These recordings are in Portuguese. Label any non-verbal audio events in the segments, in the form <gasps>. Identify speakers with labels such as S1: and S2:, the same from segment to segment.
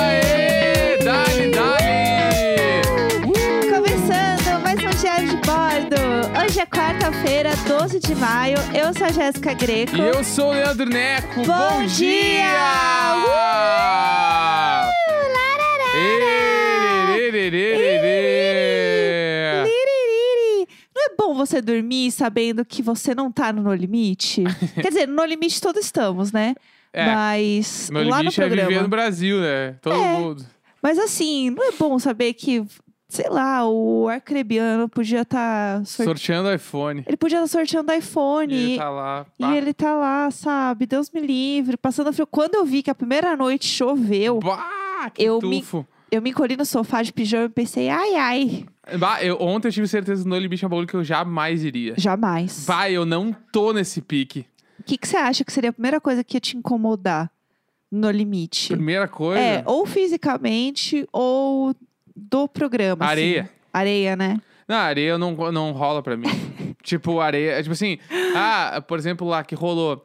S1: um Hoje é quarta-feira, 12 de maio. Eu sou a Jéssica Greco.
S2: E eu sou o Leandro Neco.
S1: Bom dia!
S2: Ererererererê.
S1: Liririri. Não é bom você dormir sabendo que você não tá no
S2: <laughs>
S1: No Limite? Quer dizer, no No Limite todos estamos, né?
S2: É.
S1: Mas
S2: Meu
S1: lá no
S2: limite é
S1: programa.
S2: viver no Brasil, né? Todo
S1: É.
S2: mundo.
S1: Mas assim, não é bom saber que, sei lá, o arcrebiano podia estar.
S2: Sorteando iPhone.
S1: Ele podia estar sorteando iPhone.
S2: E ele tá lá. pá.
S1: E ele tá lá, sabe? Deus me livre, passando frio. Quando eu vi que a primeira noite choveu,
S2: Bah, que
S1: Eu me-
S2: tufo.
S1: eu me encolhi no sofá de pijama e pensei, ai, ai,
S2: Bah, eu, ontem eu tive certeza que no limite é um bagulho que eu jamais iria.
S1: jamais. O
S2: Vai, eu não tô nesse pique.
S1: que, que você acha que seria a primeira coisa que ia te incomodar no limite?
S2: Primeira coisa,
S1: É, ou fisicamente, ou do programa. assim.
S2: areia.
S1: Areia, né?
S2: Na areia não, não rola
S1: <laughs>
S2: pra mim. tipo, areia. Tipo assim, ah, por exemplo, lá que rolou.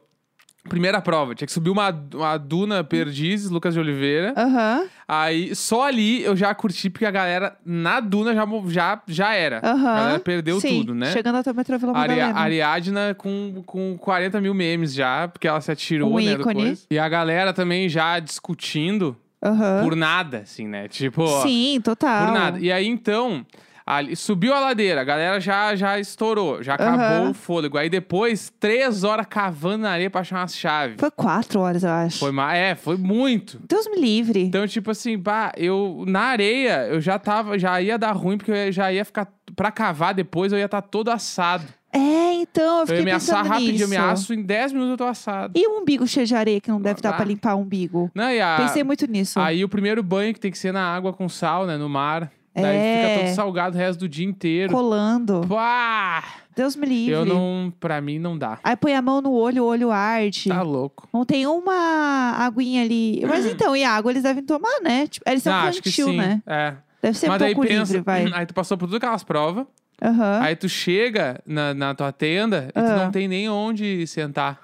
S2: Primeira prova, tinha que subir uma, uma duna Perdizes, Lucas de Oliveira.
S1: Aham,
S2: Aí, só ali eu já curti, porque a galera na duna já, mo- já, já era.
S1: aham.
S2: A galera perdeu
S1: Sim,
S2: tudo, né?
S1: Chegando até o metrô Vila
S2: Aria,
S1: Madalena.
S2: Ariadna com, com 40 mil memes já, porque ela se atirou,
S1: Um
S2: né?
S1: ícone.
S2: Do coisa. E a galera também já discutindo
S1: Aham.
S2: por nada, assim, né? Tipo,
S1: Sim, total.
S2: por nada. E aí, então, ali- subiu a ladeira, a galera já, já estourou, já
S1: Aham.
S2: acabou o fôlego. Aí depois, três horas cavando na areia pra achar umas chaves.
S1: Foi quatro horas, eu acho.
S2: Foi, ma- é, foi muito.
S1: Deus me livre.
S2: Então, tipo assim, bah, eu na areia eu já tava, já ia dar ruim, porque eu ia- já ia ficar. Pra cavar depois, eu ia estar todo assado.
S1: É, então, eu
S2: Eu
S1: fiquei
S2: ia me
S1: pensando
S2: assar rapidinho, eu me
S1: nisso.
S2: aço, em 10 minutos eu tô assado.
S1: E o umbigo cheio de areia que não deve dar
S2: Ah.
S1: pra limpar o umbigo?
S2: Não, e a-
S1: Pensei muito nisso.
S2: Aí o primeiro banho que tem que ser na água com sal, né? No mar. Daí
S1: É.
S2: fica todo salgado o resto do dia inteiro.
S1: Colando.
S2: Pá!
S1: Deus me livre.
S2: Eu não. Pra mim não dá.
S1: Aí põe a mão no olho, o olho arde.
S2: Tá louco.
S1: Não tem uma aguinha ali.
S2: <clears throat>
S1: Mas então, e a água eles devem tomar, né? Tipo, eles são
S2: Ah, acho que
S1: plantio,
S2: sim.
S1: né?
S2: É.
S1: Deve ser
S2: Mas
S1: um
S2: daí
S1: pouco
S2: pensa. <clears throat>
S1: livre, vai.
S2: Aí tu passou por todas aquelas provas.
S1: Aham.
S2: Aí tu chega na, na tua tenda e tu
S1: Ah.
S2: não tem nem onde sentar.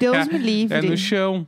S1: Deus me
S2: É
S1: livre.
S2: no chão.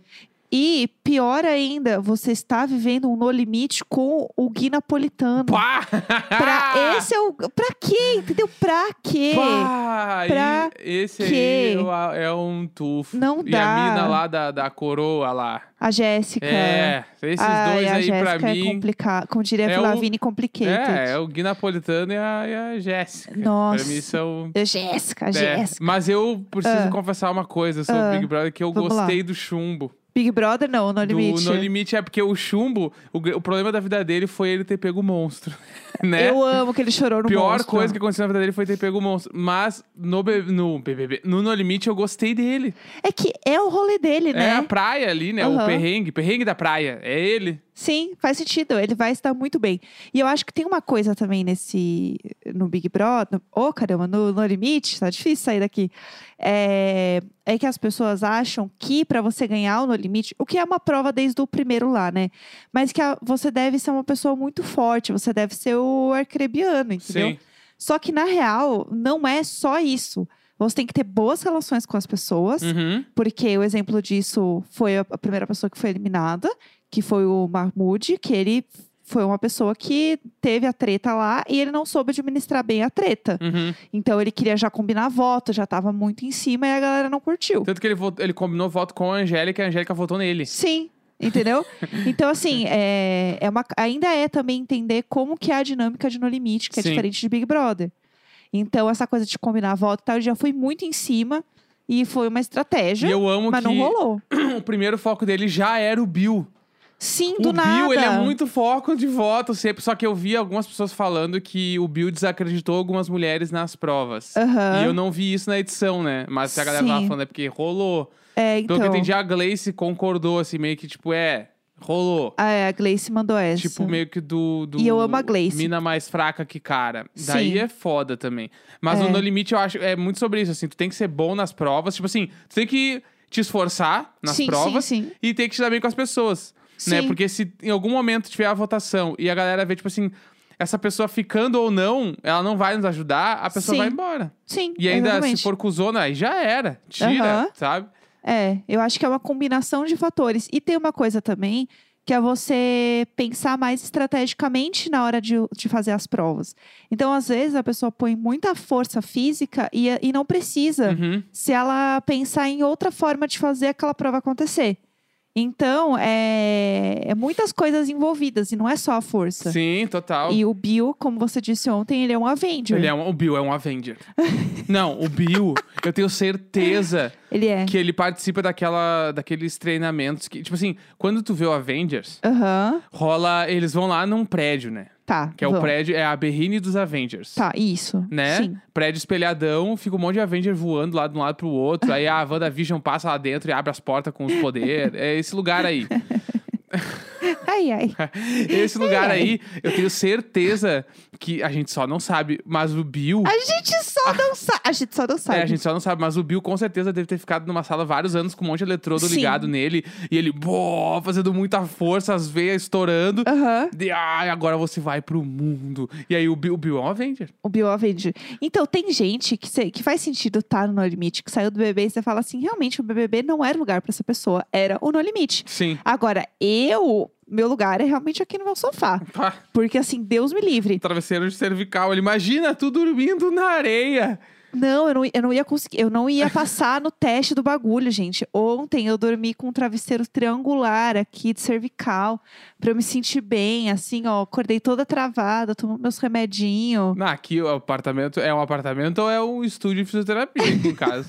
S1: E pior ainda, você está vivendo um no limite com o Gui napolitano.
S2: Pá!
S1: <laughs> Pra, esse é o. Pra quê? Entendeu? Pra quê?
S2: Pá! Aí,
S1: Pra
S2: esse aí
S1: quê?
S2: eu- é um tufo.
S1: Não
S2: e
S1: dá.
S2: a mina lá da, da coroa lá.
S1: A Jéssica.
S2: É, esses
S1: Ai,
S2: dois
S1: a
S2: aí pra
S1: Jéssica É
S2: mim.
S1: complicado. Como diria
S2: É
S1: a
S2: o-
S1: Lavini, complicated.
S2: É, é o Gui Napolitano e a, e a Jéssica.
S1: Nossa.
S2: Pra mim são.
S1: É Jéssica,
S2: É,
S1: Jéssica.
S2: Mas eu preciso confessar uma coisa sobre o
S1: Ah.
S2: Big Brother, que eu
S1: Vamos lá.
S2: gostei do chumbo.
S1: Big Brother não, No Limite.
S2: Do No Limite é porque o chumbo, o, gr- o problema da vida dele foi ele ter pego o monstro. <laughs> Né?
S1: Eu amo que ele chorou no
S2: Pior
S1: monstro.
S2: coisa que aconteceu na vida dele foi ter pego o monstro. Mas no, B- no BBB, no No Limite, eu gostei dele.
S1: É que é o rolê dele,
S2: É
S1: né?
S2: a praia ali, né?
S1: Aham.
S2: O perrengue, perrengue da praia. É ele.
S1: Sim, faz sentido. Ele vai estar muito bem. E eu acho que tem uma coisa também nesse... No Big Brother... Ô, caramba, no, no Limite, tá difícil sair daqui. É... é que as pessoas acham que pra você ganhar o No Limite... O que é uma prova desde o primeiro lá, né? Mas que a- você deve ser uma pessoa muito forte. Você deve ser o arcrebiano, entendeu?
S2: Sim.
S1: Só que, na real, não é só isso. Você tem que ter boas relações com as pessoas,
S2: Uhum.
S1: porque o exemplo disso foi a a primeira pessoa que foi eliminada, que foi o Mahmoud, que ele foi uma pessoa que teve a treta lá e ele não soube administrar bem a treta.
S2: Uhum.
S1: Então ele queria já combinar voto, já tava muito em cima e a galera não curtiu.
S2: Tanto que ele, votou- ele combinou voto com a Angélica e a Angélica votou nele.
S1: Sim.
S2: <laughs>
S1: Entendeu? Então, assim, é, é uma, ainda é também entender como que é a dinâmica de No Limite, que é
S2: Sim.
S1: diferente de Big Brother. Então, essa coisa de combinar a volta e tal, ele já foi muito em cima e foi uma estratégia,
S2: E eu amo que
S1: mas não rolou.
S2: o primeiro foco dele já era o Bill.
S1: Sim,
S2: o
S1: do
S2: Bill,
S1: nada.
S2: ele é muito foco de voto sempre. Só que eu vi algumas pessoas falando que o Bill desacreditou algumas mulheres nas provas.
S1: Aham.
S2: E eu não vi isso na edição, né? Mas se a galera tava
S1: Sim.
S2: falando é porque rolou.
S1: É, então.
S2: Pelo que eu entendi, a Gleice concordou, assim, meio que tipo, é, rolou.
S1: Ah, é, a Gleice mandou essa.
S2: Tipo, meio que do, do.
S1: E eu amo a Gleice.
S2: Mina mais fraca que cara.
S1: Sim.
S2: Daí é foda também. Mas
S1: É.
S2: o No Limite, eu acho. É muito sobre isso, assim. Tu tem que ser bom nas provas. Tipo assim, tu tem que te esforçar nas
S1: sim,
S2: provas
S1: Sim, sim.
S2: e tem que te dar bem com as pessoas.
S1: sim.
S2: Né? Porque se em algum momento tiver a votação e a galera vê, tipo assim. Essa pessoa ficando ou não, ela não vai nos ajudar, a pessoa
S1: Sim.
S2: vai embora.
S1: Sim,
S2: E ainda,
S1: exatamente.
S2: se for cuzona, aí já era. Tira,
S1: Aham.
S2: sabe?
S1: É, eu acho que é uma combinação de fatores. E tem uma coisa também que é você pensar mais estrategicamente na hora de, de fazer as provas. Então, às vezes, a pessoa põe muita força física e, e não precisa
S2: Uhum.
S1: se ela pensar em outra forma de fazer aquela prova acontecer. Então, é, é muitas coisas envolvidas e não é só a força.
S2: Sim, total.
S1: E o Bill, como você disse ontem, ele é um Avenger.
S2: Ele é um- o Bill é um Avenger. <laughs> Não, o Bill, eu tenho certeza
S1: Ele é.
S2: que ele participa daquela, daqueles treinamentos que, tipo assim, quando tu vê o Avengers,
S1: Aham,
S2: rola. Eles vão lá num prédio, né?
S1: tá.
S2: Que é o
S1: vamos.
S2: prédio, é a berrine dos Avengers.
S1: Tá, isso.
S2: Né?
S1: Sim.
S2: Prédio espelhadão, fica um monte de Avenger voando lá de um lado pro outro. Aí a WandaVision passa lá dentro e abre as portas com os poderes. É esse lugar aí.
S1: Ai, ai.
S2: Esse lugar
S1: ai.
S2: aí, eu tenho certeza que a gente só não sabe, mas o Bill.
S1: A gente só não sabe. A gente só não sabe.
S2: Ah. É, a gente só não sabe, mas o Bill com certeza deve ter ficado numa sala vários anos com um monte de eletrodo
S1: Sim.
S2: ligado nele. E ele, boa, fazendo muita força, as veias estourando.
S1: Aham.
S2: De, ai, agora você vai pro mundo. E aí o Bill, o Bill é um Avenger.
S1: O Bill Avenger. Então, tem gente que, cê- que faz sentido estar no No Limite, que saiu do BBB e você fala assim: realmente o BBB não era lugar pra essa pessoa, era o No Limite.
S2: Sim.
S1: Agora, eu, meu lugar é realmente aqui no meu sofá.
S2: Pá,
S1: Porque assim, Deus me livre.
S2: travesseiro de cervical. Ele imagina tu dormindo na areia.
S1: Não, eu não, eu não ia conseguir, eu não ia passar no teste do bagulho, gente. Ontem eu dormi com um travesseiro triangular aqui de cervical, pra eu me sentir bem, assim, ó, acordei toda travada, tomando meus remedinhos.
S2: Não, aqui o apartamento é um apartamento ou é um estúdio de fisioterapia, aqui em
S1: <laughs>
S2: casa.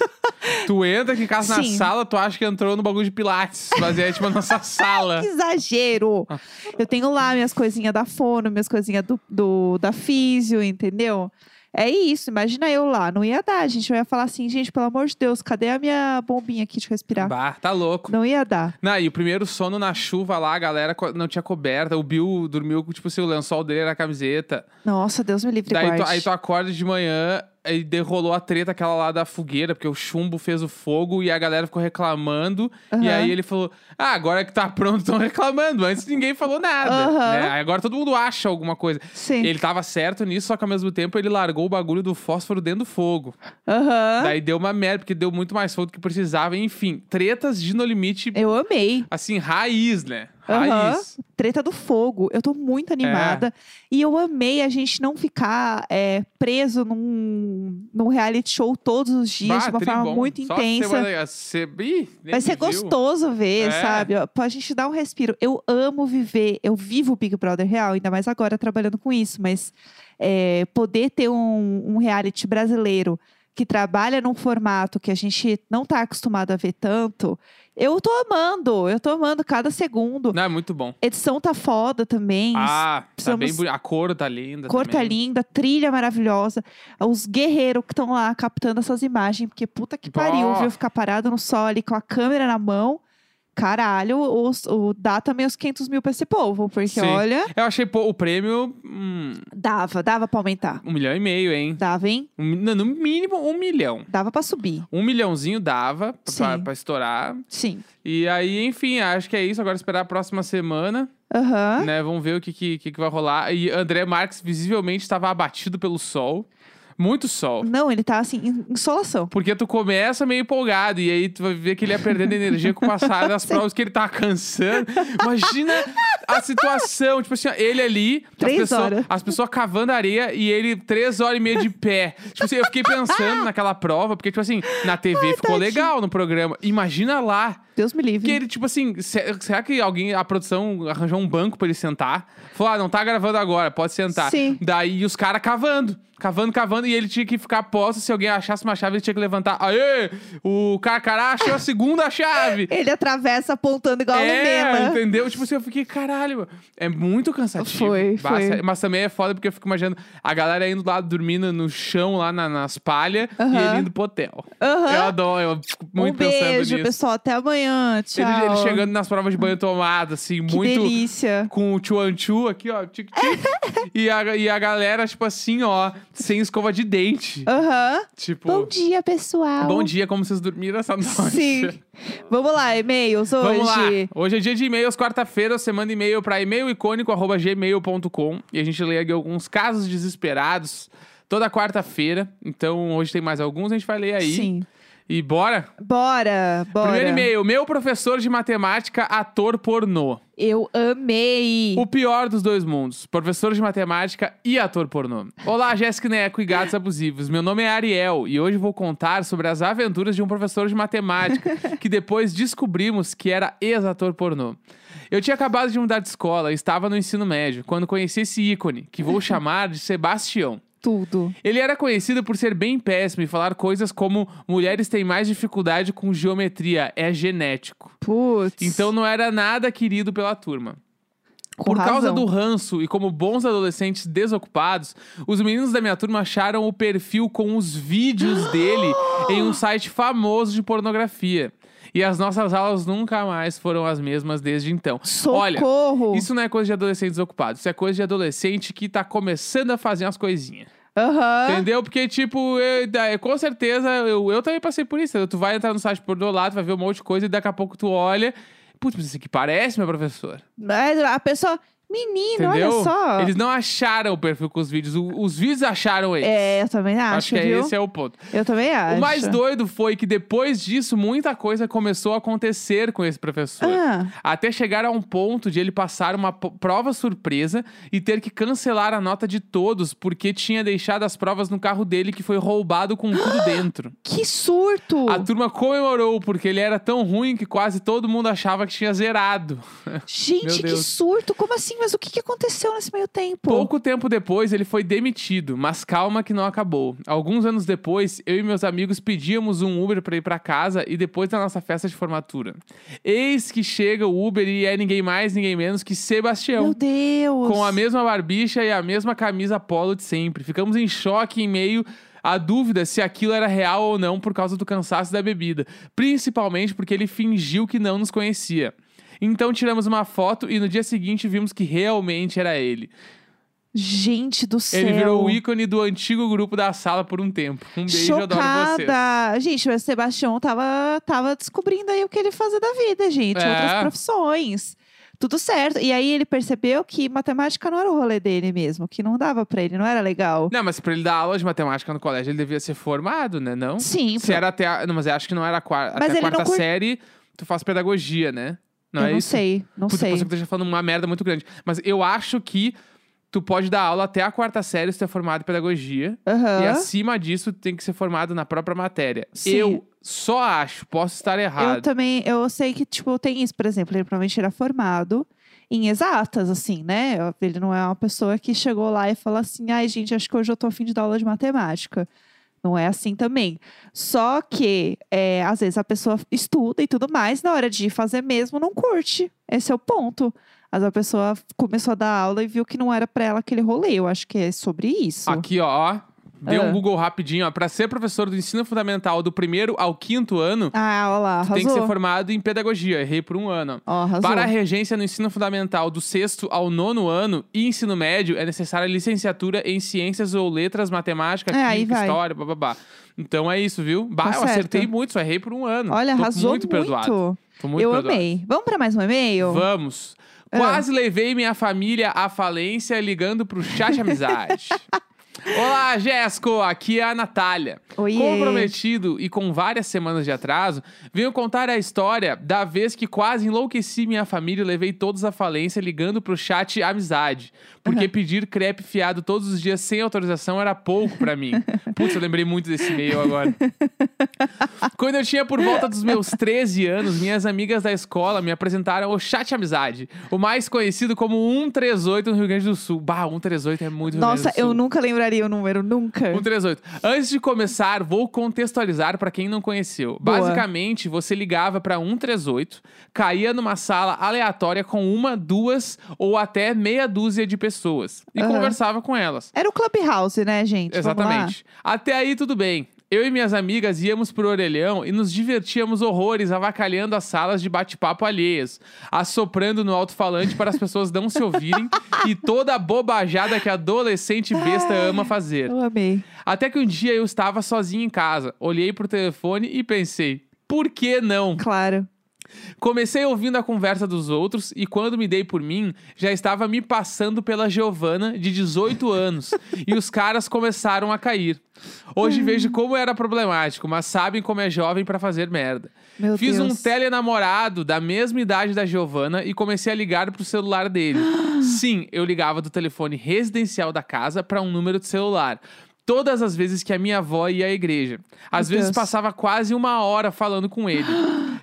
S2: tu entra aqui em casa na
S1: Sim.
S2: sala, tu acha que entrou no bagulho de pilates. Mas é tipo a
S1: <laughs>
S2: nossa sala.
S1: Que exagero!
S2: Ah.
S1: Eu tenho lá minhas coisinhas da fono, minhas coisinhas do, do- da físio, entendeu? É isso, imagina eu lá. Não ia dar, gente. Eu ia falar assim, gente, pelo amor de Deus, cadê a minha bombinha aqui de respirar?
S2: Bah, tá louco.
S1: Não ia dar.
S2: Não, e o primeiro sono na chuva lá, a galera co- não tinha coberta. O Bill dormiu com, tipo, assim, o lençol dele era a camiseta.
S1: Nossa, Deus me livre,
S2: Daí tu,
S1: guarde.
S2: aí tu acorda de manhã e derrolou a treta aquela lá da fogueira, porque o chumbo fez o fogo e a galera ficou reclamando. E
S1: Aham.
S2: aí ele falou: Ah, agora que tá pronto, estão reclamando. Antes ninguém falou nada.
S1: Aham.
S2: né? Aí Agora todo mundo acha alguma coisa.
S1: Sim.
S2: Ele tava certo nisso, só que ao mesmo tempo ele largou o bagulho do fósforo dentro do fogo.
S1: Aham.
S2: Daí deu uma merda, porque deu muito mais fogo do que precisava. Enfim, tretas de no limite,
S1: Eu amei.
S2: assim, raiz, né?
S1: Aham.
S2: Raiz.
S1: Treta do fogo. Eu tô muito
S2: É.
S1: animada. E eu amei a gente não ficar é, preso num, num reality show todos os dias,
S2: Bah,
S1: de uma
S2: tri
S1: forma
S2: bom.
S1: muito
S2: Só
S1: intensa.
S2: semana- se- Ih, nem
S1: Vai
S2: me
S1: ser
S2: viu.
S1: gostoso ver,
S2: É.
S1: sabe? Ó, Pra gente dar um respiro. Eu amo viver, eu vivo o Big Brother real, ainda mais agora trabalhando com isso, mas é, poder ter um, um reality brasileiro que trabalha num formato que a gente não tá acostumado a ver tanto, eu tô amando, eu tô amando cada segundo.
S2: Não, é muito bom.
S1: Edição tá foda também.
S2: Ah, tá
S1: Precisamos-
S2: bem bonito. A cor tá linda.
S1: Cor tá
S2: também.
S1: linda, trilha maravilhosa. Os guerreiros que estão lá captando essas imagens, porque puta que pariu,
S2: Bah.
S1: viu? Ficar parado no sol ali com a câmera na mão. Caralho, os- o dá também os 500 mil pra esse povo, porque
S2: Sim.
S1: olha,
S2: Eu achei pô, o prêmio hum,
S1: dava, dava pra aumentar.
S2: um milhão e meio, hein?
S1: Dava, hein?
S2: Um- no no mínimo um milhão.
S1: Dava pra subir.
S2: Um milhãozinho dava pra- pra,
S1: Sim.
S2: pra estourar.
S1: Sim.
S2: E aí, enfim, acho que é isso. Agora esperar a próxima semana,
S1: Aham.
S2: né? Vamos ver o que, que, que que vai rolar. E André Marques visivelmente estava abatido pelo sol. Muito sol.
S1: Não, ele tá assim, em insolação.
S2: Porque tu começa meio empolgado e aí tu vai ver que ele ia perdendo energia com o passar
S1: <laughs>
S2: das provas que ele tá cansando. Imagina a situação, tipo assim, ó, ele ali,
S1: Três
S2: as pessoas
S1: horas.
S2: as pessoas cavando areia e ele três horas e meia de pé. Tipo assim, eu fiquei
S1: <laughs>
S2: pensando naquela prova, porque tipo assim, na TV ficou
S1: tadinho.
S2: legal no programa. Imagina lá.
S1: Deus me livre.
S2: Que ele, tipo assim, se- será que alguém, a produção arranjou um banco pra ele sentar? Falou, ah, não tá gravando agora, pode sentar.
S1: Sim.
S2: Daí os caras cavando, cavando, cavando, e ele tinha que ficar posto. Se alguém achasse uma chave, ele tinha que levantar. Aê! O Carcará achou a segunda
S1: <laughs>
S2: chave!
S1: Ele atravessa apontando igual a
S2: É,
S1: Lumena.
S2: entendeu? Tipo assim, eu fiquei, caralho, meu, é muito cansativo.
S1: Foi,
S2: Bah,
S1: foi.
S2: sério, Mas também é foda porque eu fico imaginando a galera indo lá dormindo no chão, lá na- nas palhas, e
S1: Aham.
S2: ele indo pro hotel.
S1: Aham.
S2: Eu adoro, eu fico muito
S1: um
S2: pensando
S1: beijo,
S2: nisso.
S1: pessoal. Até amanhã. Tchau.
S2: Ele, ele chegando nas provas de banho tomado, assim,
S1: que
S2: muito
S1: delícia.
S2: com o Chuanchu aqui, ó, tic
S1: <laughs>
S2: tic. e, a, e a galera, tipo assim, ó, sem escova de dente.
S1: Aham.
S2: Tipo,
S1: Bom dia, pessoal.
S2: bom dia, como vocês dormiram essa noite. <laughs>
S1: Sim. Vamos lá, e-mails hoje.
S2: Vamos lá. Hoje é dia de e-mails, quarta-feira. Você manda e-mail pra e-mailicônico.gmail.com e a gente lê aqui alguns casos desesperados, Toda quarta-feira. Então, hoje tem mais alguns, a gente vai ler aí.
S1: Sim.
S2: E bora?
S1: Bora, bora.
S2: Primeiro e-mail. Meu professor de matemática, ator pornô.
S1: Eu amei.
S2: O pior dos dois mundos. Professor de matemática e ator pornô. Olá, Jéssica Neco e gatos abusivos. Meu nome é Ariel e hoje vou contar sobre as aventuras de um professor de matemática que depois descobrimos que era ex-ator pornô. Eu tinha acabado de mudar de escola e estava no ensino médio quando conheci esse ícone, que vou chamar de Sebastião.
S1: Tudo.
S2: Ele era conhecido por ser bem péssimo e falar coisas como mulheres têm mais dificuldade com geometria, é genético.
S1: Putz.
S2: Então não era nada querido pela turma.
S1: com
S2: Por causa
S1: razão.
S2: do ranço e como bons adolescentes desocupados, os meninos da minha turma acharam o perfil com os vídeos dele em um site famoso de pornografia. E as nossas aulas nunca mais foram as mesmas desde então. Olha,
S1: Socorro.
S2: isso não é coisa de adolescente desocupado, isso é coisa de adolescente que tá começando a fazer as coisinhas.
S1: Aham.
S2: Entendeu? Porque, tipo, eu- da- eu- com certeza, eu, eu também passei por isso. Tu vai entrar no site por do lado, vai ver um monte de coisa e daqui a pouco tu olha. Putz, mas isso aqui parece meu professor.
S1: Mas A pessoa...
S2: Entendeu?
S1: Menino, olha só.
S2: Eles não acharam o perfil com os vídeos. o- os vídeos acharam eles.
S1: É, eu também acho,
S2: Acho que é-
S1: viu?
S2: esse é o ponto.
S1: Eu também acho.
S2: O mais doido foi que depois disso, muita coisa começou a acontecer com esse professor.
S1: Ah,
S2: Até chegar a um ponto de ele passar uma po- prova surpresa e ter que cancelar a nota de todos porque tinha deixado as provas no carro dele que foi roubado com tudo
S1: <gasps>
S2: dentro.
S1: que surto!
S2: A turma comemorou porque ele era tão ruim que quase todo mundo achava que tinha zerado. Meu
S1: Gente, que
S2: Deus.
S1: surto! Como assim? Mas o que, que aconteceu nesse meio tempo?
S2: Pouco tempo depois, ele foi demitido, mas calma que não acabou. Alguns anos depois, eu e meus amigos pedíamos um Uber pra ir pra casa e depois da nossa festa de formatura. Eis que chega o Uber e é ninguém mais, ninguém menos que Sebastião.
S1: Meu Deus!
S2: Com a mesma barbicha e a mesma camisa polo de sempre. Ficamos em choque em meio à dúvida se aquilo era real ou não por causa do cansaço da bebida. Principalmente porque ele fingiu que não nos conhecia. Então tiramos uma foto e no dia seguinte vimos que realmente era ele.
S1: Gente do céu!
S2: Ele virou o ícone do antigo grupo da sala por um tempo. Um beijo, adoro vocês.
S1: Chocada! Gente, o Sebastião tava, tava descobrindo aí o que ele fazia da vida, gente.
S2: É.
S1: Outras profissões. Tudo certo. E aí ele percebeu que matemática não era o rolê dele mesmo, que não dava pra ele, não era legal.
S2: Não, mas pra ele dar aula de matemática no colégio, ele devia ser formado, né? Não?
S1: Sim,
S2: Se era até. A... Não, mas eu acho que não era a quar... até
S1: Mas
S2: a
S1: ele não
S2: quarta
S1: cur-
S2: série, tu faz pedagogia, né? Não
S1: eu
S2: é
S1: não
S2: isso?
S1: sei, não
S2: Puta,
S1: sei.
S2: posso que eu esteja falando uma merda muito grande. Mas eu acho que tu pode dar aula até a quarta série se tu é formado em pedagogia.
S1: Aham.
S2: E acima disso, tu tem que ser formado na própria matéria.
S1: Sim.
S2: Eu só acho, posso estar
S1: Eu
S2: errado.
S1: também, eu sei que, tipo, tem isso, por exemplo, ele provavelmente era formado em exatas, assim, né? Ele não é uma pessoa que chegou lá e falou assim, ai, gente, acho que hoje eu tô afim de dar aula de matemática. Não é assim também. Só que, é, às vezes, a pessoa estuda e tudo mais, na hora de fazer mesmo, não curte. Esse é o ponto. Mas a pessoa começou a dar aula e viu que não era pra ela aquele rolê. Eu acho que é sobre isso.
S2: Aqui, ó. ó. Deu
S1: Ah.
S2: um Google rapidinho, ó. Pra ser professor do ensino fundamental do primeiro ao quinto ano,
S1: Ah, olha lá,
S2: tu
S1: arrasou.
S2: tem que ser formado em pedagogia. Errei por um ano. ó.
S1: Ó, arrasou.
S2: Para a regência no ensino fundamental do sexto ao nono ano e ensino médio, é necessária licenciatura em ciências ou letras, matemática,
S1: É, aí
S2: química,
S1: vai.
S2: história, bababá. Então é isso, viu? Bah,
S1: Tá
S2: eu
S1: certo.
S2: acertei muito, só errei por um ano.
S1: Olha,
S2: Tô
S1: arrasou
S2: muito perdoado. Tô muito
S1: eu
S2: perdoado.
S1: amei. Vamos pra mais um e-mail?
S2: Vamos.
S1: Ah.
S2: Quase levei minha família à falência ligando pro chat amizade. Olá, Jéssico! Aqui é a Natália.
S1: Oiê.
S2: Comprometido e com várias semanas de atraso, venho contar a história da vez que quase enlouqueci minha família e levei todos à falência ligando pro chat amizade. Porque pedir crepe fiado todos os dias sem autorização era pouco pra mim. Putz, eu lembrei muito desse e-mail agora. Quando eu tinha por volta dos
S1: <laughs>
S2: meus 13 anos, minhas amigas da escola me apresentaram o Chat Amizade, o mais conhecido como 138 no Rio Grande do Sul. Bah, 138 é muito Rio
S1: Nossa,
S2: Grande do Sul.
S1: eu nunca lembraria o número, nunca.
S2: 138. Antes de começar, vou contextualizar pra quem não conheceu.
S1: Boa.
S2: Basicamente, você ligava pra 138, caía numa sala aleatória com uma, duas ou até meia dúzia de pessoas e
S1: Aham.
S2: conversava com elas.
S1: Era o Clubhouse, né, gente? Vamos lá?
S2: Exatamente. Até aí tudo bem. Eu e minhas amigas íamos pro orelhão e nos divertíamos horrores avacalhando as salas de bate-papo alheias, assoprando no alto-falante para as pessoas não se ouvirem e toda a bobajada que adolescente besta ama fazer.
S1: Eu amei.
S2: Até que um dia eu estava sozinho em casa, olhei pro telefone e pensei, por que não?
S1: Claro.
S2: Comecei ouvindo a conversa dos outros e quando me dei por mim, já estava me passando pela Giovana de 18 anos e os caras começaram a cair. Hoje vejo como era problemático, mas sabem como é jovem pra fazer merda.
S1: Meu
S2: Fiz
S1: Deus.
S2: um telenamorado da mesma idade da Giovana e comecei a ligar pro celular dele. Sim, eu ligava do telefone residencial da casa pra um número de celular. Todas as vezes que a minha avó ia à igreja. Às
S1: Meu
S2: vezes
S1: Deus.
S2: passava quase uma hora falando com
S1: <gasps>
S2: ele.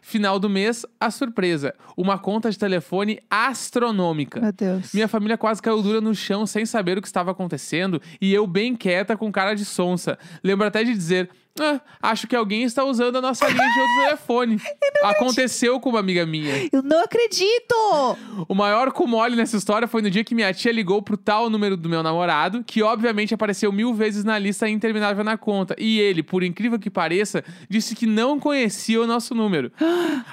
S2: Final do mês, a surpresa. Uma conta de telefone astronômica.
S1: Meu Deus.
S2: É. Minha família quase caiu dura no chão sem saber o que estava acontecendo e eu bem quieta com cara de sonsa. Lembro até de dizer: "Ah, acho que alguém está usando a nossa linha de outro
S1: <laughs>
S2: telefone.
S1: é
S2: Aconteceu com uma amiga minha.
S1: Eu não acredito!
S2: O maior cumole nessa história foi no dia que minha tia ligou pro tal número do meu namorado, que obviamente apareceu mil vezes na lista interminável na conta. E ele, por incrível que pareça, disse que não conhecia o nosso número. <gasps>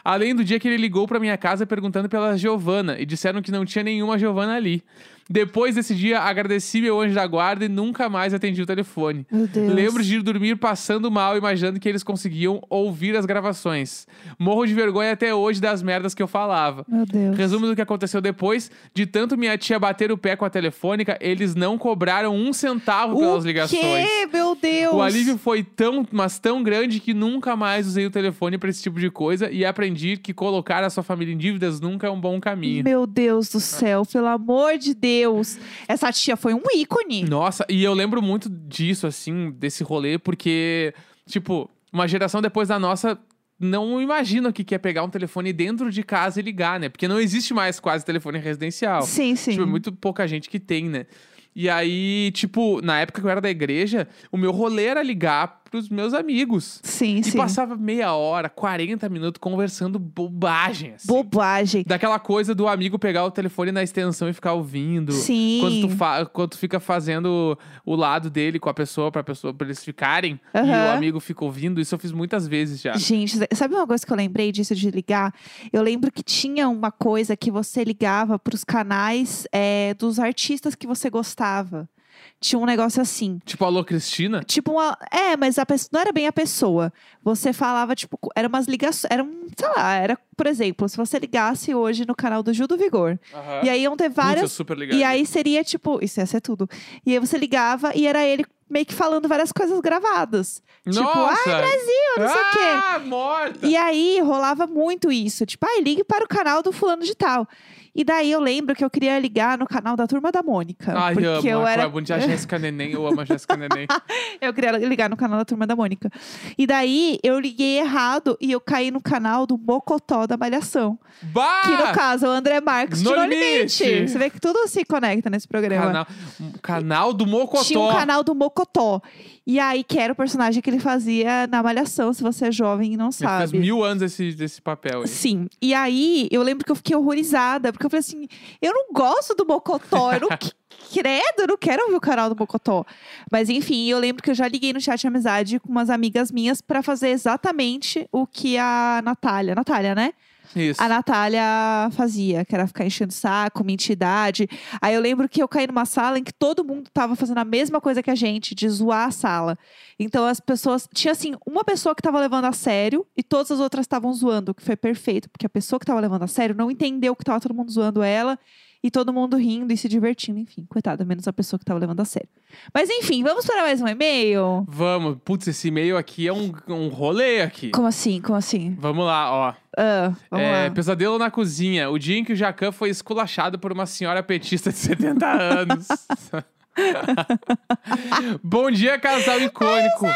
S2: Além do dia que ele ligou pra minha casa perguntando pela Giovana e disseram que não tinha nenhuma Giovana ali. Depois desse dia, agradeci meu anjo da guarda e nunca mais atendi o telefone.
S1: Meu Deus.
S2: Lembro de ir dormir passando mal, imaginando que eles conseguiam ouvir as gravações. Morro de vergonha até hoje das merdas que eu falava.
S1: Meu Deus.
S2: Resumo do que aconteceu depois: de tanto minha tia bater o pé com a telefônica, eles não cobraram um centavo pelas
S1: o
S2: ligações.
S1: Quê? Meu Deus!
S2: O alívio foi tão, mas tão grande que nunca mais usei o telefone pra esse tipo de coisa e aprendi que colocar a sua família em dívidas nunca é um bom caminho.
S1: Meu Deus do céu, pelo amor de Deus. Essa tia foi um ícone.
S2: Nossa, e eu lembro muito disso, assim, desse rolê, porque, tipo, uma geração depois da nossa não imagina o que que é pegar um telefone dentro de casa e ligar, né? Porque não existe mais quase telefone residencial.
S1: Sim, sim.
S2: Tipo, é muito pouca gente que tem, né? E aí, tipo, na época que eu era da igreja, o meu rolê era ligar pros meus amigos.
S1: Sim,
S2: E
S1: sim.
S2: passava meia hora, 40 minutos conversando bobagem, assim.
S1: Bobagem.
S2: Daquela coisa do amigo pegar o telefone na extensão e ficar ouvindo.
S1: Sim.
S2: Quando tu, fa- quando tu fica fazendo o lado dele com a pessoa, pra, pessoa, pra eles ficarem. E o
S1: Aham.
S2: amigo fica ouvindo. Isso eu fiz muitas vezes já.
S1: Gente, sabe uma coisa que eu lembrei disso de ligar? Eu lembro que tinha uma coisa que você ligava para os canais é, dos artistas que você gostava. Tinha um negócio assim.
S2: Tipo, alô, Cristina?
S1: Tipo uma. É, mas a pessoa, não era bem a pessoa. Você falava, tipo, co- eram umas ligações. Era um, sei lá, era, por exemplo, se você ligasse hoje no canal do Gil do Vigor. E aí iam ter
S2: Putz, Tá. eu
S1: várias.
S2: super ligado.
S1: E aí seria, tipo, isso ia ser tudo. E aí você ligava e era ele meio que falando várias coisas gravadas.
S2: Nossa!
S1: Tipo, ai, Brasil, não sei o quê.
S2: Ah, morta!
S1: E aí rolava muito isso, tipo, ai, ligue para o canal do fulano de tal. E daí eu lembro que eu queria ligar no canal da turma da Mônica.
S2: Ai, amo.
S1: porque eu
S2: a
S1: era.
S2: Clara Bundy, a Jéssica Neném, eu amo a Jéssica
S1: <laughs>
S2: Neném.
S1: Eu queria ligar no canal da turma da Mônica. E daí eu liguei errado e eu caí no canal do Mocotó da Malhação.
S2: Bah!
S1: Que no caso é o André Marques
S2: Ah! No
S1: de No Limite.
S2: Limite.
S1: Você vê que tudo se conecta nesse programa.
S2: canal, canal do Mocotó.
S1: Tinha um canal do Mocotó. E aí, que era o personagem que ele fazia na Malhação, se você é jovem e não
S2: Ele faz
S1: sabe.
S2: mil anos esse, desse papel aí.
S1: Sim. E aí, eu lembro que eu fiquei horrorizada, porque eu falei assim: eu não gosto do Mocotó, eu não que- credo, eu não quero ouvir o canal do Mocotó. Mas enfim, eu lembro que eu já liguei no chat de amizade com umas amigas minhas pra fazer exatamente o que a Natália, Natália, né?
S2: Isso.
S1: A Natália fazia, que era ficar enchendo o saco, mentidade. Aí eu lembro que eu caí numa sala em que todo mundo tava fazendo a mesma coisa que a gente, de zoar a sala. Então as pessoas. Tinha assim, uma pessoa que tava levando a sério e todas as outras estavam zoando, o que foi perfeito, porque a pessoa que tava levando a sério não entendeu que tava todo mundo zoando ela. E todo mundo rindo e se divertindo, enfim, coitada, menos a pessoa que tava levando a sério. Mas enfim, vamos para mais um e-mail?
S2: Vamos. Putz, esse e-mail aqui é um, um rolê aqui.
S1: Como assim? Como assim?
S2: Vamos lá, ó.
S1: Ah, vamos
S2: É,
S1: lá.
S2: Pesadelo na cozinha. O dia em que o Jacan foi esculachado por uma senhora petista de 70 anos. <laughs> Bom dia, casal icônico.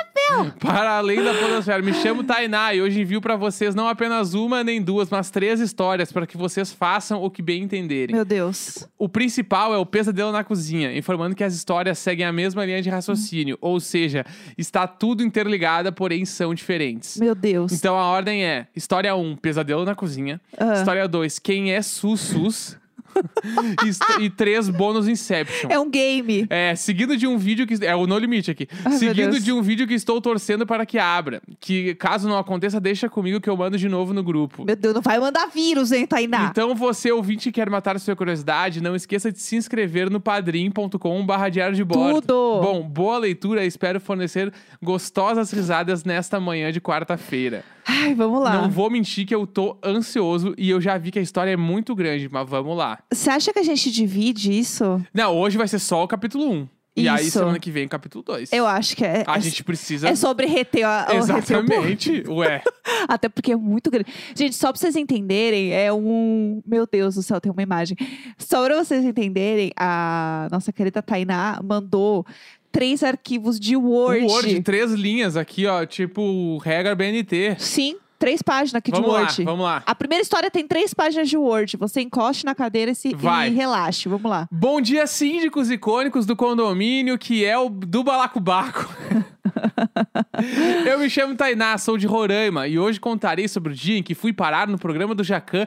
S2: Para além da podosfera, me chamo Tainá e hoje envio pra vocês não apenas uma nem duas, mas três histórias para que vocês façam o que bem entenderem.
S1: Meu Deus.
S2: O principal é o pesadelo na cozinha, informando que as histórias seguem a mesma linha de raciocínio, ou seja, está tudo interligada, porém são diferentes.
S1: Meu Deus.
S2: Então a ordem é: história 1, pesadelo na cozinha.
S1: Ah.
S2: História 2, quem é
S1: <laughs>
S2: Sus-Sus. Hist- e 3, bônus Inception.
S1: É um game.
S2: É, seguido de um vídeo que. É o No Limite aqui.
S1: Ai, meu
S2: seguido
S1: Deus.
S2: de um vídeo que estou torcendo para que abra. Que caso não aconteça, deixa comigo que eu mando de novo no grupo.
S1: Meu Deus, Tá. não vai mandar vírus, hein, Tainá?
S2: Então, você ouvinte que quer matar sua curiosidade, não esqueça de se inscrever no padrim.com barra diário de bordo.
S1: Tudo!
S2: Bom, boa leitura. Espero fornecer gostosas risadas nesta manhã de quarta-feira.
S1: Ai, vamos lá.
S2: Então, Não vou mentir que eu tô ansioso e eu já vi que a história é muito grande, mas vamos lá.
S1: Você acha que a gente divide isso?
S2: Não, hoje vai ser só o capítulo 1. E aí,
S1: Isso.
S2: semana que vem, capítulo 2.
S1: Eu acho que é.
S2: A
S1: é-
S2: gente precisa.
S1: é sobre reter a, o reter o público.
S2: Exatamente. Ué.
S1: <laughs> Até porque é muito grande. Gente, só pra vocês entenderem, é um. Meu Deus do céu, tem uma imagem. Só pra vocês entenderem, a nossa querida Tainá mandou três arquivos de Word.
S2: O um Word, três linhas aqui, ó. Tipo, regra BNT.
S1: Sim, três páginas aqui
S2: vamos
S1: de
S2: lá,
S1: Word.
S2: vamos lá.
S1: A primeira história tem três páginas de Word. Você encoste na cadeira e, se,
S2: Vai.
S1: e relaxe. Vamos lá.
S2: Bom dia, síndicos icônicos do condomínio, que é o do Balacobaco. Eu me chamo Tainá, sou de Roraima e hoje contarei sobre o dia em que fui parar no programa do Jacan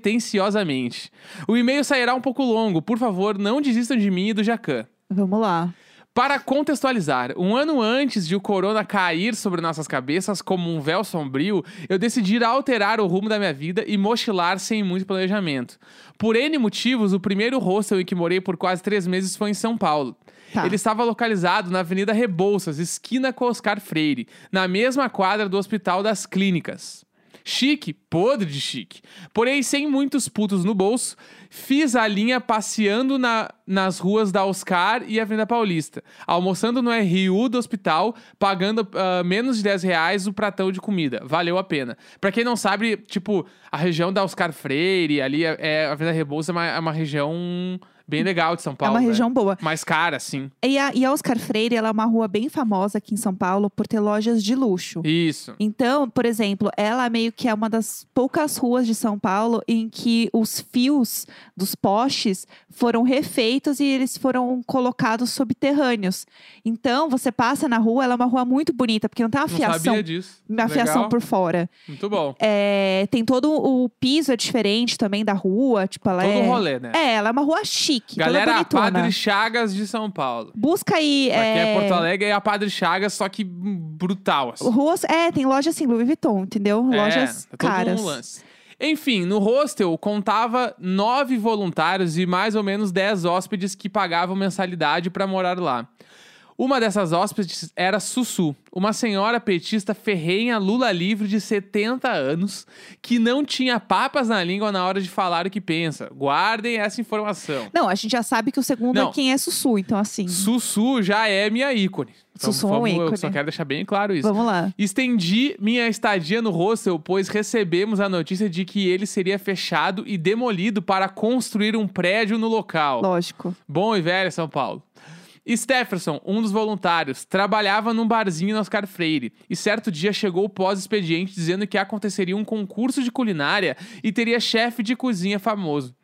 S2: despretensiosamente. O e-mail sairá um pouco longo, por favor, não desistam de mim e do Jacan.
S1: Vamos lá. É
S2: Para contextualizar, um ano antes de o corona cair sobre nossas cabeças como um véu sombrio, eu decidi alterar o rumo da minha vida e mochilar sem muito planejamento. Por N motivos, o primeiro hostel em que morei por quase três meses foi em São Paulo.
S1: Tá.
S2: Ele estava localizado na Avenida Rebouças, esquina com Oscar Freire, na mesma quadra do Hospital das Clínicas. Chique, podre de chique. Porém, sem muitos putos no bolso, fiz a linha passeando na- nas ruas da Oscar e Avenida Paulista, almoçando no RU do hospital, pagando ah, menos de 10 reais o pratão de comida. Valeu a pena. Pra quem não sabe, tipo, a região da Oscar Freire, ali, é, é- a Avenida Rebouça é uma, é uma região bem legal de São Paulo.
S1: é uma
S2: né?
S1: região boa.
S2: Mais cara, assim. sim.
S1: E a, e a Oscar Freire, ela é uma rua bem famosa aqui em São Paulo por ter lojas de luxo.
S2: Isso.
S1: Então, por exemplo, ela meio que é uma das poucas ruas de São Paulo em que os fios dos postes foram refeitos e eles foram colocados subterrâneos. Então, você passa na rua, ela é uma rua muito bonita, porque não tem uma
S2: Não
S1: fiação,
S2: sabia disso.
S1: uma
S2: Legal.
S1: fiação por fora.
S2: Muito bom.
S1: É, tem todo o piso é diferente também da rua, tipo ela
S2: Todo
S1: é.
S2: rolê, né?
S1: É, ela é uma rua chique, toda
S2: Galera, a
S1: bonitona.
S2: Padre Chagas de São Paulo.
S1: Busca aí
S2: Pra quem é
S1: é,
S2: Porto Alegre, é a Padre Chagas, só que hum, brutal, assim.
S1: ruas, é, tem loja assim Louis Vuitton, entendeu? Lojas
S2: é, é todo
S1: caras.
S2: Um lance. Enfim, no hostel contava nove voluntários e mais ou menos dez hóspedes que pagavam mensalidade para morar lá. Uma dessas hóspedes era Sussu, uma senhora petista ferrenha Lula livre de 70 anos, que não tinha papas na língua na hora de falar o que pensa. Guardem essa informação.
S1: Não, a gente já sabe que o segundo
S2: Não.
S1: é quem é Sussu, então assim,
S2: Sussu já é minha ícone. Então,
S1: Sussu é um
S2: vamos- Eu
S1: ícone.
S2: só quero deixar bem claro isso.
S1: vamos lá.
S2: Estendi minha estadia no hostel, pois recebemos a notícia de que ele seria fechado e demolido para construir um prédio no local.
S1: Lógico.
S2: Bom e velho São Paulo. Stefferson, um dos voluntários, trabalhava num barzinho na Oscar Freire e certo dia chegou o pós-expediente dizendo que aconteceria um concurso de culinária e teria chefe de cozinha famoso.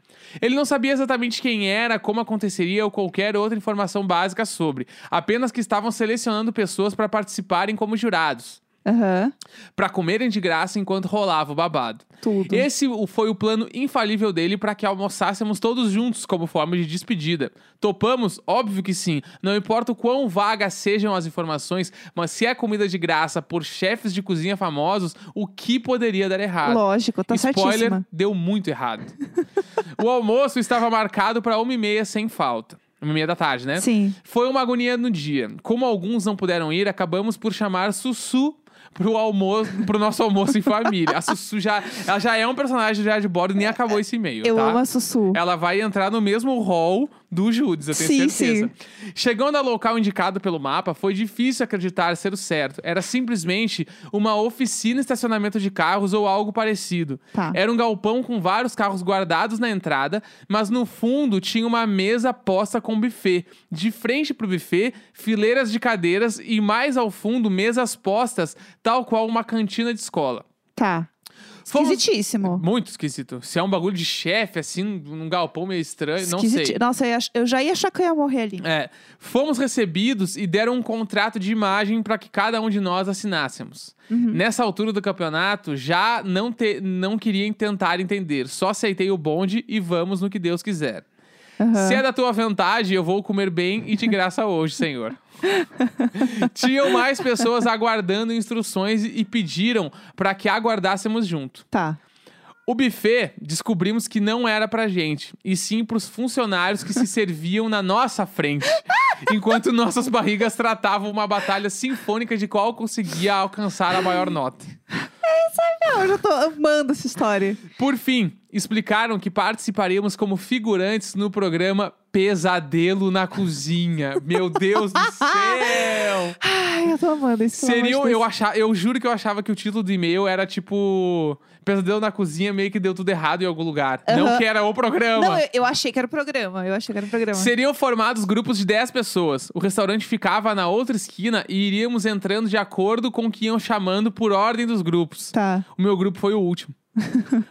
S2: Ele não sabia exatamente quem era, como aconteceria ou qualquer outra informação básica sobre, apenas que estavam selecionando pessoas para participarem como jurados,
S1: Aham.
S2: para comerem de graça enquanto rolava o babado.
S1: Tudo.
S2: Esse o- foi o plano infalível dele para que almoçássemos todos juntos como forma de despedida. Topamos? Óbvio que sim. Não importa o quão vagas sejam as informações, mas se é comida de graça por chefes de cozinha famosos, o que poderia dar errado?
S1: Lógico, tá
S2: ah, Spoiler, né?
S1: certíssima.
S2: deu muito errado. <laughs> o almoço estava marcado para uma e meia sem falta. Uma e meia da tarde, né?
S1: Sim.
S2: Foi uma agonia no dia. Como alguns não puderam ir, acabamos por chamar Sussu pro almoço, pro nosso almoço em família. A Sussu já, ela já é um personagem já de bordo, nem acabou esse e-mail,
S1: Eu
S2: tá?
S1: amo a Sussu.
S2: Ela vai entrar no mesmo hall do Judas, eu tenho
S1: Sim,
S2: certeza. Chegando ao local indicado pelo mapa, foi difícil acreditar ser o certo. Era simplesmente uma oficina estacionamento de carros ou algo parecido.
S1: Tá.
S2: Era um galpão com vários carros guardados na entrada, mas no fundo tinha uma mesa posta com buffet. De frente pro buffet, fileiras de cadeiras e mais ao fundo mesas postas, tal qual uma cantina de escola.
S1: Tá.
S2: Fomos-
S1: Esquisitíssimo.
S2: Muito esquisito. Se é um bagulho de chefe, assim, num galpão meio estranho, não
S1: Esquisiti-
S2: sei.
S1: Nossa, eu, ia ach- eu já ia achar que eu ia morrer ali.
S2: É, fomos recebidos e deram um contrato de imagem para que cada um de nós assinássemos. Nessa altura do campeonato, já não, te, não queria tentar entender. Só aceitei o bonde e vamos no que Deus quiser.
S1: Aham.
S2: Se é da tua vantagem, eu vou comer bem e de graça hoje, senhor. Tinham mais pessoas aguardando instruções e pediram para que aguardássemos junto.
S1: Tá.
S2: O buffet descobrimos que não era pra gente, e sim pros funcionários que se serviam na nossa frente, enquanto nossas barrigas tratavam uma batalha sinfônica de qual conseguia alcançar a maior nota.
S1: Não, eu já tô amando essa história.
S2: Por fim, explicaram que participaríamos como figurantes no programa Pesadelo na Cozinha. Meu Deus do céu!
S1: Ai, eu tô amando isso. pelo
S2: Seria, um
S1: amor de
S2: eu,
S1: Deus.
S2: achava, eu juro que eu achava que o título do e-mail era tipo Pesadelo na Cozinha, meio que deu tudo errado em algum lugar. Não
S1: Aham.
S2: que era o programa.
S1: Não, eu, eu achei que era o programa. Eu achei que era o programa.
S2: Seriam formados grupos de 10 pessoas. O restaurante ficava na outra esquina e iríamos entrando de acordo com o que iam chamando por ordem dos grupos.
S1: Tá.
S2: O meu grupo foi o
S1: <laughs>
S2: último.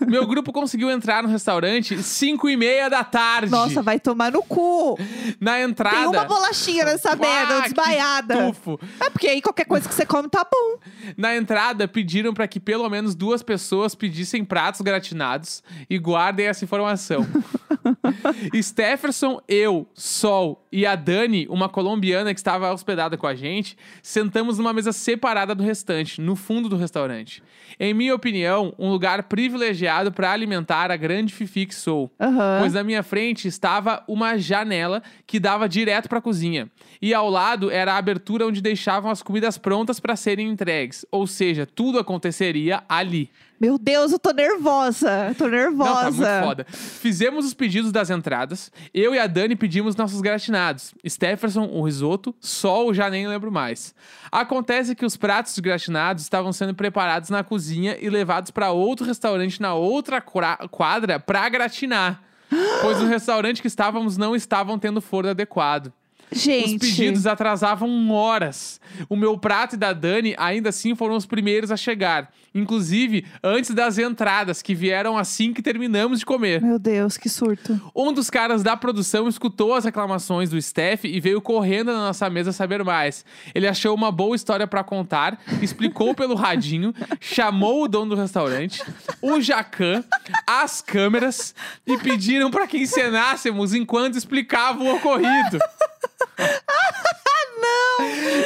S2: O meu grupo conseguiu entrar no restaurante 5 e meia da tarde.
S1: Nossa, vai tomar no cu.
S2: na entrada.
S1: Tem uma bolachinha nessa
S2: Ah,
S1: merda,
S2: que
S1: desmaiada.
S2: tufo.
S1: É porque aí qualquer coisa que você come tá bom.
S2: Na entrada, pediram para que pelo menos duas pessoas pedissem pratos gratinados e guardem essa informação. Stefferson, eu, Sol e a Dani, uma colombiana que estava hospedada com a gente, sentamos numa mesa separada do restante, no fundo do restaurante. Em minha opinião, um lugar privilegiado para alimentar a grande fifi que sou.
S1: Aham.
S2: Pois na minha frente estava uma janela que dava direto para a cozinha. E ao lado era a abertura onde deixavam as comidas prontas para serem entregues. Ou seja, tudo aconteceria ali.
S1: Meu Deus, eu tô nervosa. eu Tô nervosa.
S2: Não, tá muito foda. Fizemos os pedidos das entradas. Eu e a Dani pedimos nossos gratinados. Stefferson, o risoto, sol, já nem lembro mais. Acontece que os pratos gratinados estavam sendo preparados na cozinha e levados para outro restaurante na outra cra- quadra para gratinar. Pois no restaurante que estávamos não estavam tendo forno adequado.
S1: Gente.
S2: Os pedidos atrasavam horas. O meu prato e da Dani ainda assim foram os primeiros a chegar. Inclusive, antes das entradas, que vieram assim que terminamos de comer.
S1: Meu Deus, que surto.
S2: Um dos caras da produção escutou as reclamações do Steph e veio correndo na nossa mesa saber mais. Ele achou uma boa história pra contar, explicou pelo radinho, chamou o dono do restaurante, o Jacan, as câmeras e pediram pra que encenássemos enquanto explicava o ocorrido.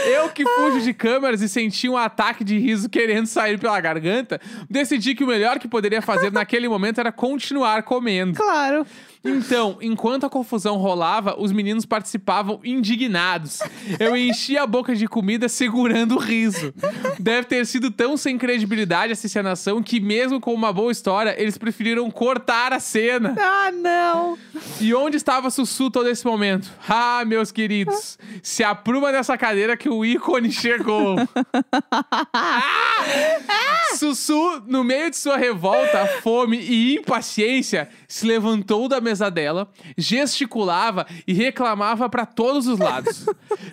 S2: Eu que fujo de câmeras e senti um ataque de riso querendo sair pela garganta, decidi que o melhor que poderia fazer naquele momento era continuar comendo.
S1: Claro.
S2: Então, enquanto a confusão rolava, os meninos participavam indignados. Eu enchia a boca de comida segurando o riso. Deve ter sido tão sem credibilidade essa encenação que, mesmo com uma boa história, eles preferiram cortar a cena.
S1: Ah, não.
S2: E onde estava Sussu todo esse momento? Ah, meus queridos, se apruma nessa cadeira que o ícone chegou. Ah! Sussu, no meio de sua revolta, fome e impaciência, se levantou da mesa dela, gesticulava e reclamava para todos os lados.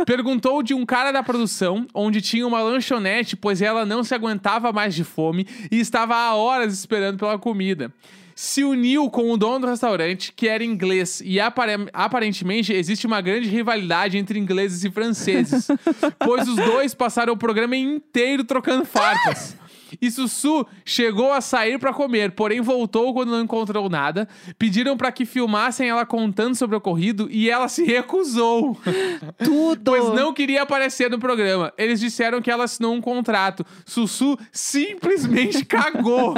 S2: Perguntou de um cara da produção, onde tinha uma lanchonete, pois ela não se aguentava mais de fome e estava há horas esperando pela comida se uniu com o dono do restaurante, que era inglês, e apare- aparentemente existe uma grande rivalidade entre ingleses e franceses, pois os dois passaram o programa inteiro trocando farpas. E Sussu chegou a sair para comer, porém voltou quando não encontrou nada. Pediram para que filmassem ela contando sobre o ocorrido e ela se recusou. <laughs>
S1: Tudo.
S2: Pois não queria aparecer no programa. Eles disseram que ela assinou um contrato. Sussu simplesmente cagou.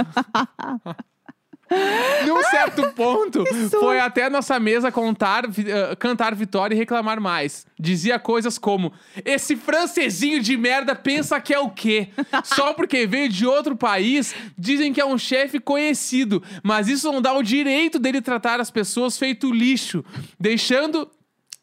S2: Num certo ponto,
S1: surto.
S2: foi até a nossa mesa contar, vi- ah, cantar vitória e reclamar mais. Dizia coisas como: Esse francesinho de merda pensa que é o quê? Só porque veio de outro país, dizem que é um chefe conhecido, mas isso não dá o direito dele tratar as pessoas feito lixo, deixando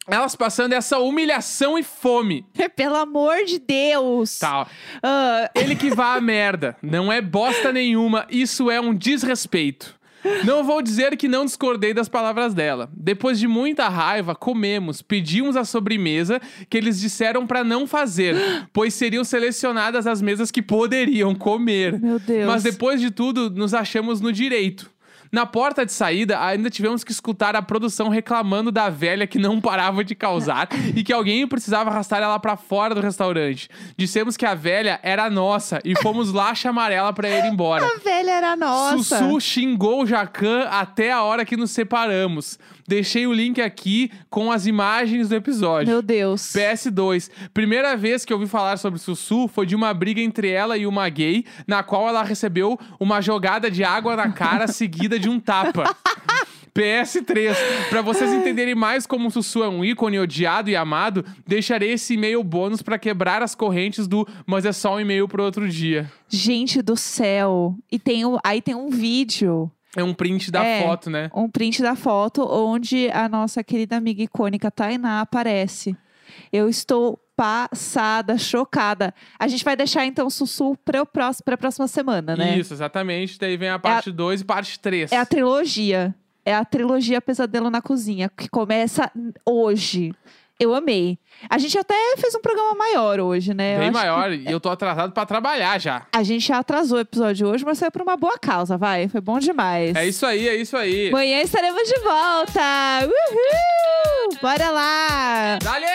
S2: elas passando essa humilhação e fome.
S1: <laughs> Pelo amor de Deus.
S2: Tá, ó.
S1: Ah,
S2: Ele que vá à merda. Não é bosta nenhuma. Isso é um desrespeito. Não vou dizer que não discordei das palavras dela. Depois de muita raiva, comemos, pedimos a sobremesa que eles disseram pra não fazer, pois seriam selecionadas as mesas que poderiam comer.
S1: Meu Deus.
S2: Mas depois de tudo, nos achamos no direito. Na porta de saída, ainda tivemos que escutar a produção reclamando da velha que não parava de
S1: <laughs>
S2: causar e que alguém precisava arrastar ela pra fora do restaurante. Dissemos que a velha era nossa e fomos lá chamar ela pra ir embora.
S1: a velha era nossa.
S2: Sussu xingou o Jacan até a hora que nos separamos. Deixei o link aqui com as imagens do episódio.
S1: Meu Deus.
S2: PS2. Primeira vez que eu ouvi falar sobre Sussu foi de uma briga entre ela e uma gay,
S1: <laughs>
S2: na qual ela recebeu uma jogada de água na cara seguida de um tapa. PS3. Pra vocês entenderem mais como o Sussu é um ícone odiado e amado, deixarei esse e-mail bônus pra quebrar as correntes do mas é só um e-mail pro outro dia.
S1: Gente do céu. E tem o, aí tem um vídeo,
S2: É um print da
S1: É.
S2: foto, né?
S1: um print da foto, onde a nossa querida amiga icônica Tainá aparece. Eu estou passada, chocada. A gente vai deixar então o Sussu para a próxima semana, né?
S2: Isso, exatamente. Daí vem a parte 2 e parte 3.
S1: É a trilogia. É a trilogia Pesadelo na Cozinha, que começa n- hoje. Eu amei. A gente até fez um programa maior hoje, né? Eu
S2: Bem
S1: acho que
S2: maior. E eu tô atrasado pra trabalhar já.
S1: A gente já atrasou o episódio hoje, mas saiu por uma boa causa, vai. Foi bom demais.
S2: É isso aí, é isso aí.
S1: Amanhã estaremos de volta. Uhul! Bora lá!
S2: Dale!